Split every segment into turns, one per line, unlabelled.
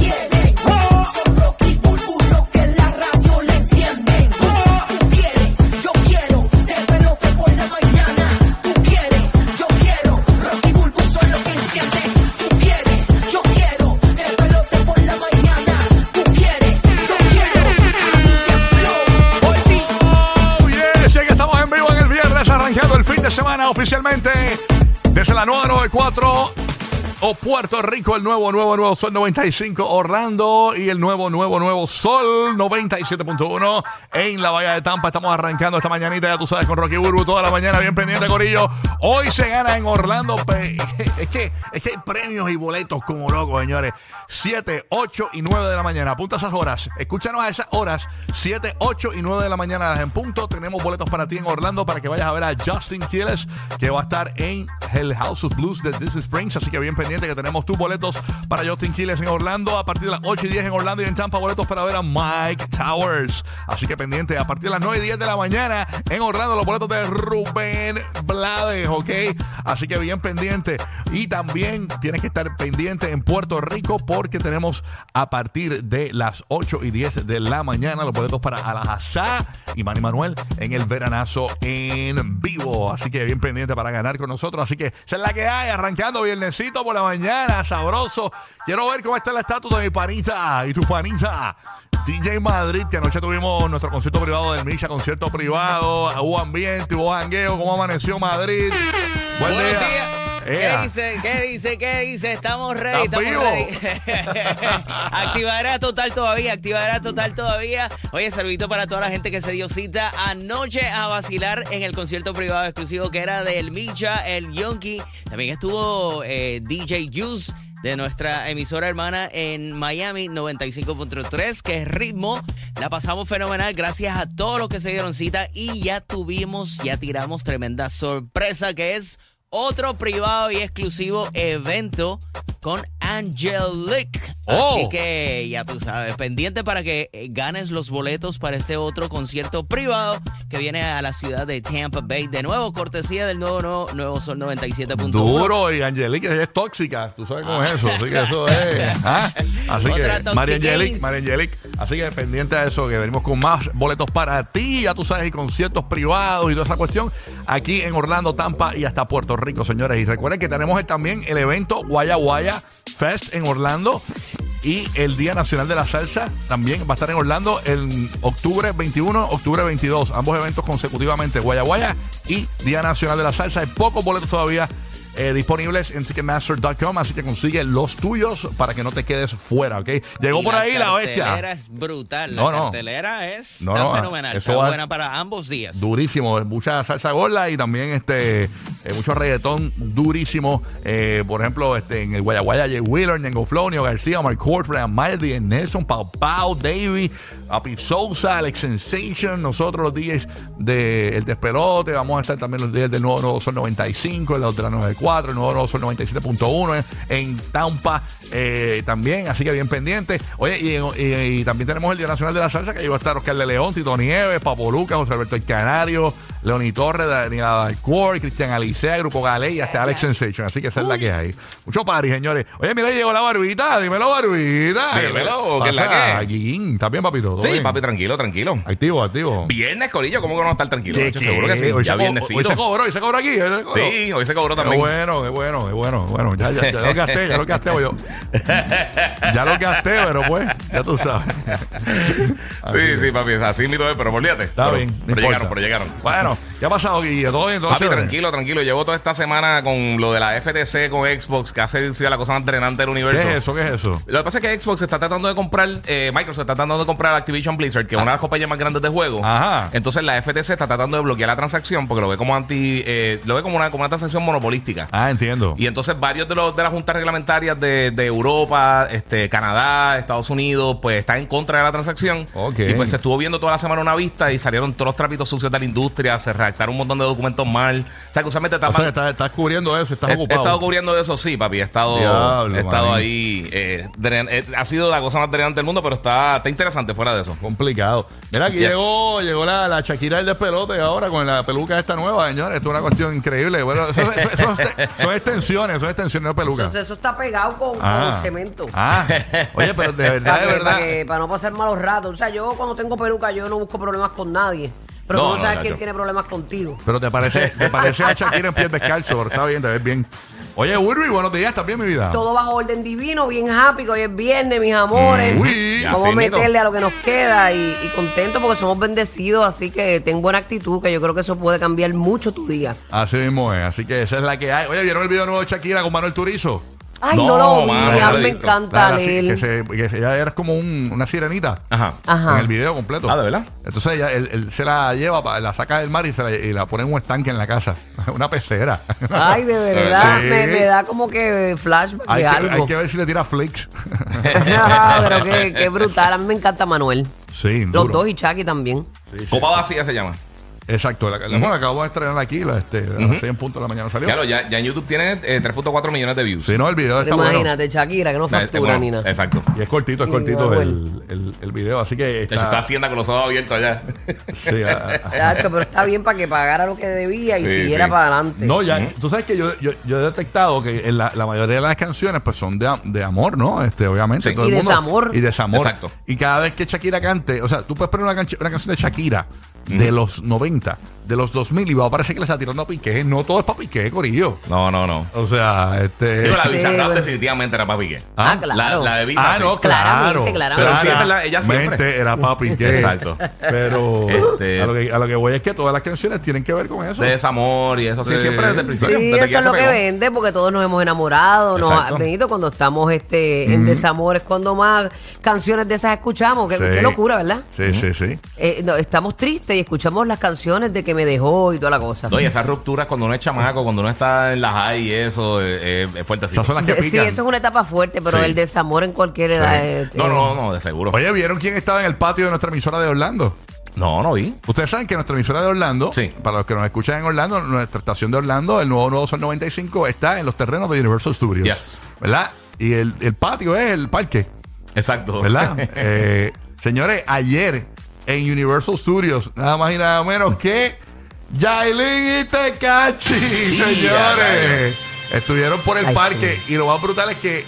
quieren. Oh, son Rocky Bulbul, lo que la radio le encienden. Oh, tú quieres, yo quiero, te pelota por la mañana. Tú quieres, yo quiero, Rocky Bulbul son lo que encienden. Tú quieres, yo quiero, te pelota por la mañana. Tú quieres, yo quiero, a mí te flow, por ti.
Oh, yes, ya que estamos en vivo en el viernes, arranqueando el fin de semana oficialmente desde la 994 o Puerto Rico, el nuevo, nuevo, nuevo Sol 95 Orlando y el nuevo, nuevo, nuevo Sol 97.1 en la Bahía de Tampa. Estamos arrancando esta mañanita, ya tú sabes, con Rocky Burbu toda la mañana, bien pendiente, Corillo. Hoy se gana en Orlando. pe- Es que, es que hay premios y boletos como locos, señores. 7, 8 y 9 de la mañana. Apunta esas horas. Escúchanos a esas horas. 7, 8 y 9 de la mañana a las en punto. Tenemos boletos para ti en Orlando para que vayas a ver a Justin Quiles, que va a estar en el House of Blues de Disney Springs. Así que bien pendiente que tenemos tus boletos para Justin Quiles en Orlando. A partir de las 8 y 10 en Orlando y en Tampa, boletos para ver a Mike Towers. Así que pendiente a partir de las 9 y 10 de la mañana en Orlando, los boletos de Rubén Blades, ¿ok? Así que bien pendiente. Y también tienes que estar pendiente en Puerto Rico porque tenemos a partir de las 8 y 10 de la mañana los boletos para Alajazá y Manny Manuel en el veranazo en vivo. Así que bien pendiente para ganar con nosotros. Así que esa es la que hay, arrancando viernesito por la mañana, sabroso. Quiero ver cómo está la estatua de mi paniza y tu paniza. DJ Madrid, que anoche tuvimos nuestro concierto privado del Misha, concierto privado, hubo ambiente, hubo jangueo, cómo amaneció Madrid. Buen
Buenos
día.
días.
Ea.
¿Qué dice? ¿Qué dice? ¿Qué dice? Estamos ready.
¿Estás
Estamos
vivo?
ready. activará total todavía. Activará total todavía. Oye, saludito para toda la gente que se dio cita anoche a vacilar en el concierto privado exclusivo que era del Micha, el Yonki. También estuvo eh, DJ Juice de nuestra emisora hermana en Miami 95.3, que es ritmo. La pasamos fenomenal gracias a todos los que se dieron cita y ya tuvimos, ya tiramos tremenda sorpresa que es otro privado y exclusivo evento con Angelique.
Oh.
Así que ya tú sabes, pendiente para que eh, ganes los boletos para este otro concierto privado que viene a la ciudad de Tampa Bay. De nuevo, cortesía del nuevo, nuevo, nuevo Sol 97.1.
Duro y Angelique ella es tóxica, tú sabes cómo es eso, así que eso es. ¿ah? Así
Otra
que María
toxiquez.
Angelique, María Angelique, así que pendiente de eso, que venimos con más boletos para ti, ya tú sabes, y conciertos privados y toda esa cuestión, aquí en Orlando, Tampa y hasta Puerto Rico, señores. Y recuerden que tenemos también el evento Guaya Guaya Fest en Orlando. Y el Día Nacional de la Salsa también va a estar en Orlando en octubre 21, octubre 22. Ambos eventos consecutivamente, Guaya Guaya y Día Nacional de la Salsa. Hay pocos boletos todavía eh, disponibles en Ticketmaster.com, así que consigue los tuyos para que no te quedes fuera, ¿ok? Llegó
Y
por ahí la
La
bestia.
cartelera es brutal.
No,
la
no.
cartelera es
No,
está
no,
fenomenal.
eso
Está
va-
buena para ambos días.
Durísimo, mucha salsa gorda y también este eh, mucho reggaetón durísimo. Eh, por ejemplo, este en el Guayaguaya, Jay Wheeler, Nengo Flow, Neo García, Mark Cortland, Maldi, Nelson, Pau Pau, Davey, Api Sousa, Alex Sensation, nosotros los DJs de El Despelote, vamos a estar también los DJs del Nuevo Nuevo Sol 95, el otra 94, el Nuevo Nuevo Sol 97.1 en, en Tampa eh, también, así que bien pendiente. Oye, y, y- y también tenemos el Día Nacional de la Salsa, que ahí va a estar Oscar de León, Tito Nieves, Papo Lucas, José Alberto El Canario, Leoni Torres, Daniela Dalcor, Cristian Alicea, Grupo Galé y hasta Alex Sensation. Así que esa es la que hay. Mucho party, señores. Oye, mira, ahí llegó la barbita. Dímelo, barbita.
Dímelo, ¿qué es la
Pasa,
que?
Guillín? ¿Estás bien, papito? ¿Todo
Sí,
bien?
papi, tranquilo, tranquilo.
Activo, activo.
Viernes, Corillo, ¿cómo que no va a estar tranquilo?
¿Qué,
De hecho,
qué?
seguro que sí.
Hoy se
ya
co-
viernesito.
Hoy se cobró, hoy se cobró aquí. hoy se cobró.
sí, hoy se cobró
Qué
también.
Ah, bueno, qué bueno, qué bueno, qué bueno. Ya, ya, ya lo gasté, ya lo gasté pues yo. Ya lo gasté, pero pues, ya tú sabes. Así
Sí,
que,
sí, papi, así mismo es, pero olvídate.
Está
Pero-
bien. no
Pero
importa.
llegaron, pero llegaron.
Bueno, bueno, ya ha pasado, Guille. Todo bien, todo
Papi,
chévere.
tranquilo, tranquilo. Llevo toda esta semana con lo de la FTC con Xbox, que hace sido la cosa más drenante del
¿Qué
universo.
es eso? ¿Qué es eso?
Lo que pasa es que Xbox está tratando de comprar, eh, Microsoft está tratando de comprar Activision Blizzard, que es una de las compañías más grandes de juegos.
Ajá.
Entonces la FTC está tratando de bloquear la transacción porque lo ve como anti, eh, lo ve como una, como una transacción monopolística.
Ah, entiendo.
Y entonces varios de los de las juntas reglamentarias de, de Europa, este, Canadá, Estados Unidos, pues están en contra de la transacción.
Ok.
Y pues se estuvo viendo toda la semana una vista y salieron todos los trapitos sucios de la industria, se redactaron un montón de documentos mal. O sea que usualmente
O
tapan.
sea, estás, estás cubriendo eso, estás
He- he,
ocupado.
estado cubriendo eso, sí, papi. He estado,
Diablo,
he estado
manín.
ahí. eh, dren- eh, ha sido la cosa más drenante del mundo, pero está, está interesante fuera de eso.
Complicado. Mira, aquí
Yes.
llegó, llegó la, la Shakira del despelote ahora con la peluca esta nueva.
Señores, esto es una cuestión increíble. Bueno, eso- eso- eso- son extensiones, son extensiones de peluca.
Eso, eso está pegado con, con cemento.
Ah, oye, pero de
Para,
verdad, de
que- para
verdad.
que- para no pasar malos ratos. O sea, yo cuando tengo peluca, yo no busco problemas con nadie. Pero
No,
tú no
no,
sabes
chacho.
quién tiene problemas contigo.
Pero te parece, te parece a Shakira en pies descalzo, pero está bien, te ves bien. Oye, Urbi, buenos días, ¿estás bien, mi vida?
Todo bajo orden divino, bien happy, que hoy es viernes, mis amores.
Uy.
Vamos
Así
a
mismo.
meterle a lo que nos queda y, y contento porque somos bendecidos, así que ten buena actitud, que yo creo que eso puede cambiar mucho tu día.
Así mismo es, así que esa es la que hay. Oye, ¿vieron el video nuevo de Shakira con Manuel Turizo?
Ay,
No,
no, lo vi,
mano,
a
no lo
mí Ah, me
he visto.
encanta
La- la-
de
que,
él.
se, que se- ella era como un- una sirenita
Ajá.
Ajá.
en el video completo.
Ah, ¿de verdad?
Entonces ella, él, él se la lleva, pa- la saca del mar y, se la, y la pone en un estanque en la casa, una pecera.
Ay, de verdad,
Sí.
me, me da como que flashback
hay,
de
que,
algo.
hay que ver si le tira flicks.
Ah, Pero qué, qué brutal. A mí me encanta Manuel.
sí,
Los
duro.
dos y Chucky también.
Copa vacía se llama.
Exacto, la, la- bueno, la acabamos de estrenar aquí, la, este, a las 6 en punto de la mañana salió.
Claro, ya, ya en YouTube tiene eh, 3.4 millones de views.
Si no, el video está bueno.
Imagínate, Shakira, que no
Eh, eh,
factura
bueno,
ni nada.
Exacto.
Y es cortito, es
Y
cortito
Manuel.
el, el, el video, así que
De hecho, está
está...
Hacienda con los ojos abiertos allá.
sí, a- a-
Chacho, pero está bien para que pagara lo que debía y
Sí,
siguiera
sí.
para adelante.
No, ya, tú sabes que yo, yo, yo he detectado que en la, la mayoría de las canciones pues son de, am- de amor, ¿no? Este, obviamente.
Sí.
todo
Y
el mundo-
desamor.
Y desamor.
Exacto.
Y cada vez que Shakira cante, o sea, tú puedes poner una, canch- una canción de Shakira de los 90, de los 2000 y va a parecer que le está tirando a Piqué. No todo es para Piqué, Corillo.
No, no, no.
O sea, este...
Digo, la
Sí,
Visa
bueno.
definitivamente era para Piqué.
Ah,
La-
claro.
La, de Visa.
Ah,
sí.
no, claro.
Claramente, claramente.
Pero sí, es verdad, ella siempre.
Mente era papi Piqué.
Exacto.
Pero
Este-
a, lo que, a lo que voy es que todas las canciones tienen que ver con eso.
De desamor y eso. Sí,
Sí.
siempre desde el
Sí,
principio. desde
eso
ya
es
se
lo que
pegó.
vende, porque todos nos hemos enamorado.
Exacto.
¿no? Benito, cuando estamos este, en desamor es cuando más canciones de esas escuchamos. Qué,
Sí.
qué locura, ¿verdad?
Sí, sí, sí.
Eh, no, estamos tristes y escuchamos las canciones de que me dejó y toda la cosa.
No, y esas rupturas cuando uno es chamaco, cuando uno está en la high y eso, eh, eh, es fuertecito.
Esas son las que
sí,
pican.
eso es una etapa fuerte, pero
Sí.
el desamor en cualquier edad. este, es-
No, no, no, de seguro.
Oye, ¿vieron quién estaba en el patio de nuestra emisora de Orlando?
No, no vi.
Ustedes saben que nuestra emisora de Orlando,
Sí.
para los que nos escuchan en Orlando, nuestra estación de Orlando, el nuevo Nuevo Sol 95, está en los terrenos de Universal Studios.
Yes.
¿Verdad? Y el, el patio es el parque,
Exacto.
¿verdad? Eh, señores, ayer en Universal Studios, nada más y nada menos que Yailin y Tecachi, señores. Estuvieron por el
Ay,
parque y lo más brutal es que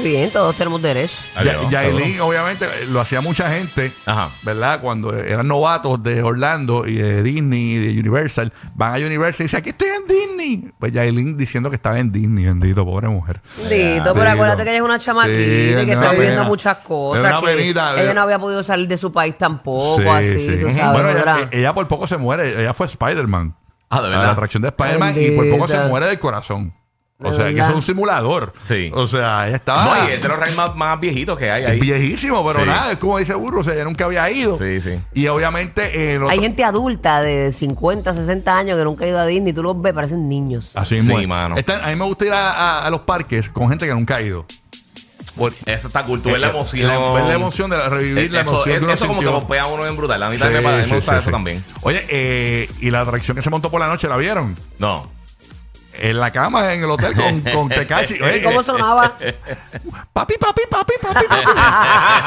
Muy bien, todos tenemos derecho.
Ahí
Ya-
va,
Yailin,
seguro.
obviamente, eh, lo hacía mucha gente,
Ajá.
¿verdad? Cuando eh, eran novatos de Orlando y de Disney y de Universal, van a Universal y dicen, aquí estoy en Disney. Pues Yailin diciendo que estaba en Disney, bendito, pobre mujer.
Bendito, pero
Bendito.
acuérdate que ella es una chamaquita
Sí,
y que
es
está
una
viviendo
pena.
muchas cosas.
Es una
que
penita.
ella no había podido salir de su país tampoco,
Sí,
así,
sí.
tú
Ujú.
sabes.
Bueno,
¿verdad?
ella, eh, ella por poco se muere, ella fue Spider-Man.
Ah, de
A la
verdad.
atracción de Spider-Man y por poco se
Bendita.
muere del corazón. O
De
sea, que
verdad.
eso es un simulador.
Sí.
O sea, ella estaba.
No, y es de los reyes más, más viejitos que hay
Ah. Es
ahí.
viejísimo, pero
Sí.
nada, es como dice Burro, o sea, ella nunca había ido.
Sí, sí.
Y obviamente, eh, el otro-
Hay gente adulta de 50, 60 años que nunca ha ido a Disney, tú los ves, parecen niños.
Así
Sí,
mismo. es.
mano.
Está- a mí me gusta ir a, a- a los parques con gente que nunca ha ido. Por-
Eso está cool. Tú ves la
Eh,
emoción. Eh,
la- ver la emoción de la- revivir la
Eso,
emoción
es-
que uno
eso como que
sintió.
lo pega a uno en brutal. A mí
Sí,
también me- me,
sí,
gusta
sí,
eso
sí.
también.
Oye, eh, y la atracción que se montó por la noche, ¿la vieron?
No.
En la cama, en el hotel, con, con Tecachi. Oye,
¿Y cómo sonaba?
eh, Papi, papi, papi, papi, papi.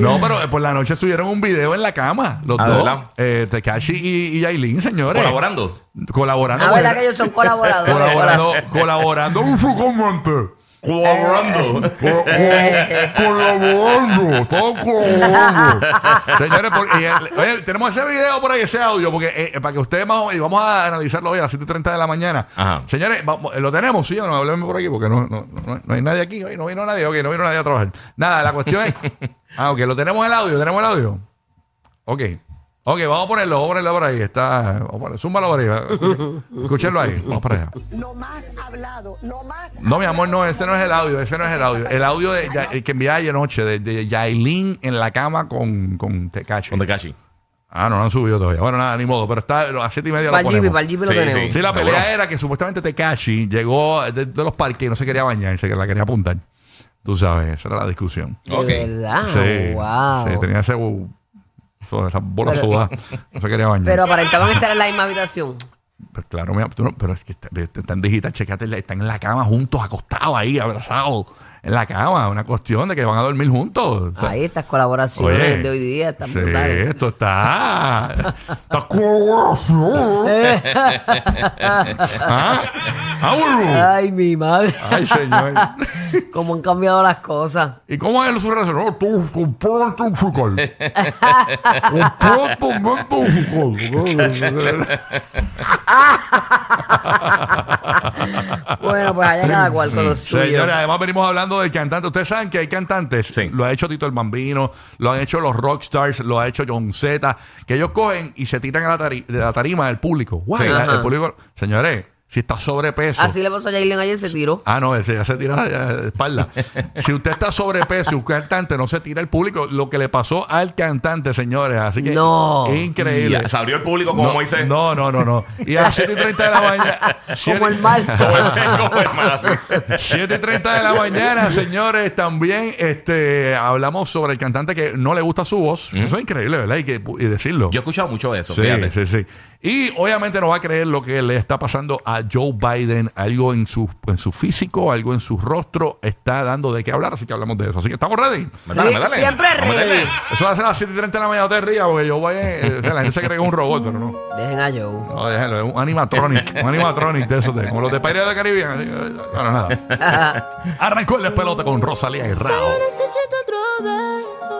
no, pero eh, por la noche subieron un video en la cama, los
Ah,
dos.
¿verdad?
Eh, Tecachi y, y Yailin, señores.
Colaborando.
Colaborando.
La
con-
Ah, verdad que ellos son colaboradores.
colaborando, colaborando con
Colaborando.
Co- co- Colaborando, todo colaborando. Señores, por- y el- oye, tenemos ese video por ahí, ese audio, porque eh, para que ustedes más o- y vamos a analizarlo hoy a las 7.30 de la mañana.
Ajá.
Señores, vamos- lo tenemos, sí o no, háblame por aquí, porque no, no, no- no hay nadie aquí, hoy no vino nadie, ok, no vino nadie a trabajar. Nada, la cuestión es. Ah, ok, lo tenemos el audio, tenemos el audio. Ok. Ok, vamos a ponerlo, vamos a ponerlo por ahí. Está, vamos a ponerlo, zúmbalo por ahí. Escuchen- Escúchenlo ahí, vamos para allá.
Lo más hablado, lo más
No, mi amor, no, ese no es el audio, ese no es el audio. El audio de, Ya- el que envié ayer noche de, de Yailin en la cama con, con Tecachi.
Con Tekashi.
Ah, no, no han subido todavía. Bueno, nada, ni modo, pero está a las siete y media lo
Para el Gibi,
ponemos.
para el Gibi lo
Sí,
tenemos.
sí.
Sí, la
Seguro.
pelea era que supuestamente Tecachi llegó de, de los parques y no se quería bañar, se que- la quería apuntar. Tú sabes, esa era la discusión.
De
Ok.
verdad.
sí,
Ah, wow.
sí, tenía ese, uh, so- esas bolas sudadas, no se quería bañar.
Pero aparentaban estar en la misma habitación.
Pero claro, mira, tú no- pero es que está- están digital, checate, la- están en la cama juntos, acostados ahí, abrazados, en la cama, una cuestión de que van a dormir juntos. o sea,
Ahí estas colaboraciones de hoy día están
sí,
brutales.
esto está. está cool. ¿Ah? ah, bueno.
Ay, mi madre.
Ay, señor.
Cómo han cambiado las cosas.
¿Y cómo es su relación? No, tú comprate un chucal. Comprate un buen chucal.
Bueno, pues allá cada cual con lo suyo.
Señores, además venimos hablando de cantantes. Ustedes saben que hay cantantes.
Sí.
Lo ha hecho Tito el Bambino, lo han hecho los Rockstars, lo ha hecho John Z, que ellos cogen y se tiran a la tari- de la tarima del público. Guay,
Sí.
la-
Ajá.
el público, señores, si está sobrepeso.
Así le pasó a Jalen ayer, se tiró.
Ah, no, ese ya se tira eh, de espalda. si usted está sobrepeso y un cantante no se tira al público, lo que le pasó al cantante, señores. Así que
No.
increíble.
Ya, se abrió el público como
no,
Moisés.
no, no, no, no. Y a las 7 y 30 de la mañana.
Como el
mal.
mal.
Como el- como el mal, así.
7 y 30 de la mañana, señores. También este, hablamos sobre el cantante que no le gusta su voz. Eso es increíble, ¿verdad? Y, que, y decirlo.
Mm. Yo he escuchado mucho eso,
sí,
fíjate.
sí, sí. Y obviamente no va a creer lo que le está pasando a Joe Biden. Algo en su, en su físico, algo en su rostro está dando de qué hablar. Así que hablamos de eso. Así que estamos ready.
Métale,
Sí,
métale.
siempre
Vamos a meterle.
ready.
Eso va a ser a las 7 y 30 de la mañana. No te rías porque Joe Biden. eh, o sea, la gente se cree que es un robot, pero no.
Dejen a Joe.
No, déjalo, es un animatronic, un animatronic de esos, de, como los de Pirates de Caribe. Bueno, nada. Arrancó el despelote con Rosalía y Rao.
Necesito otro beso.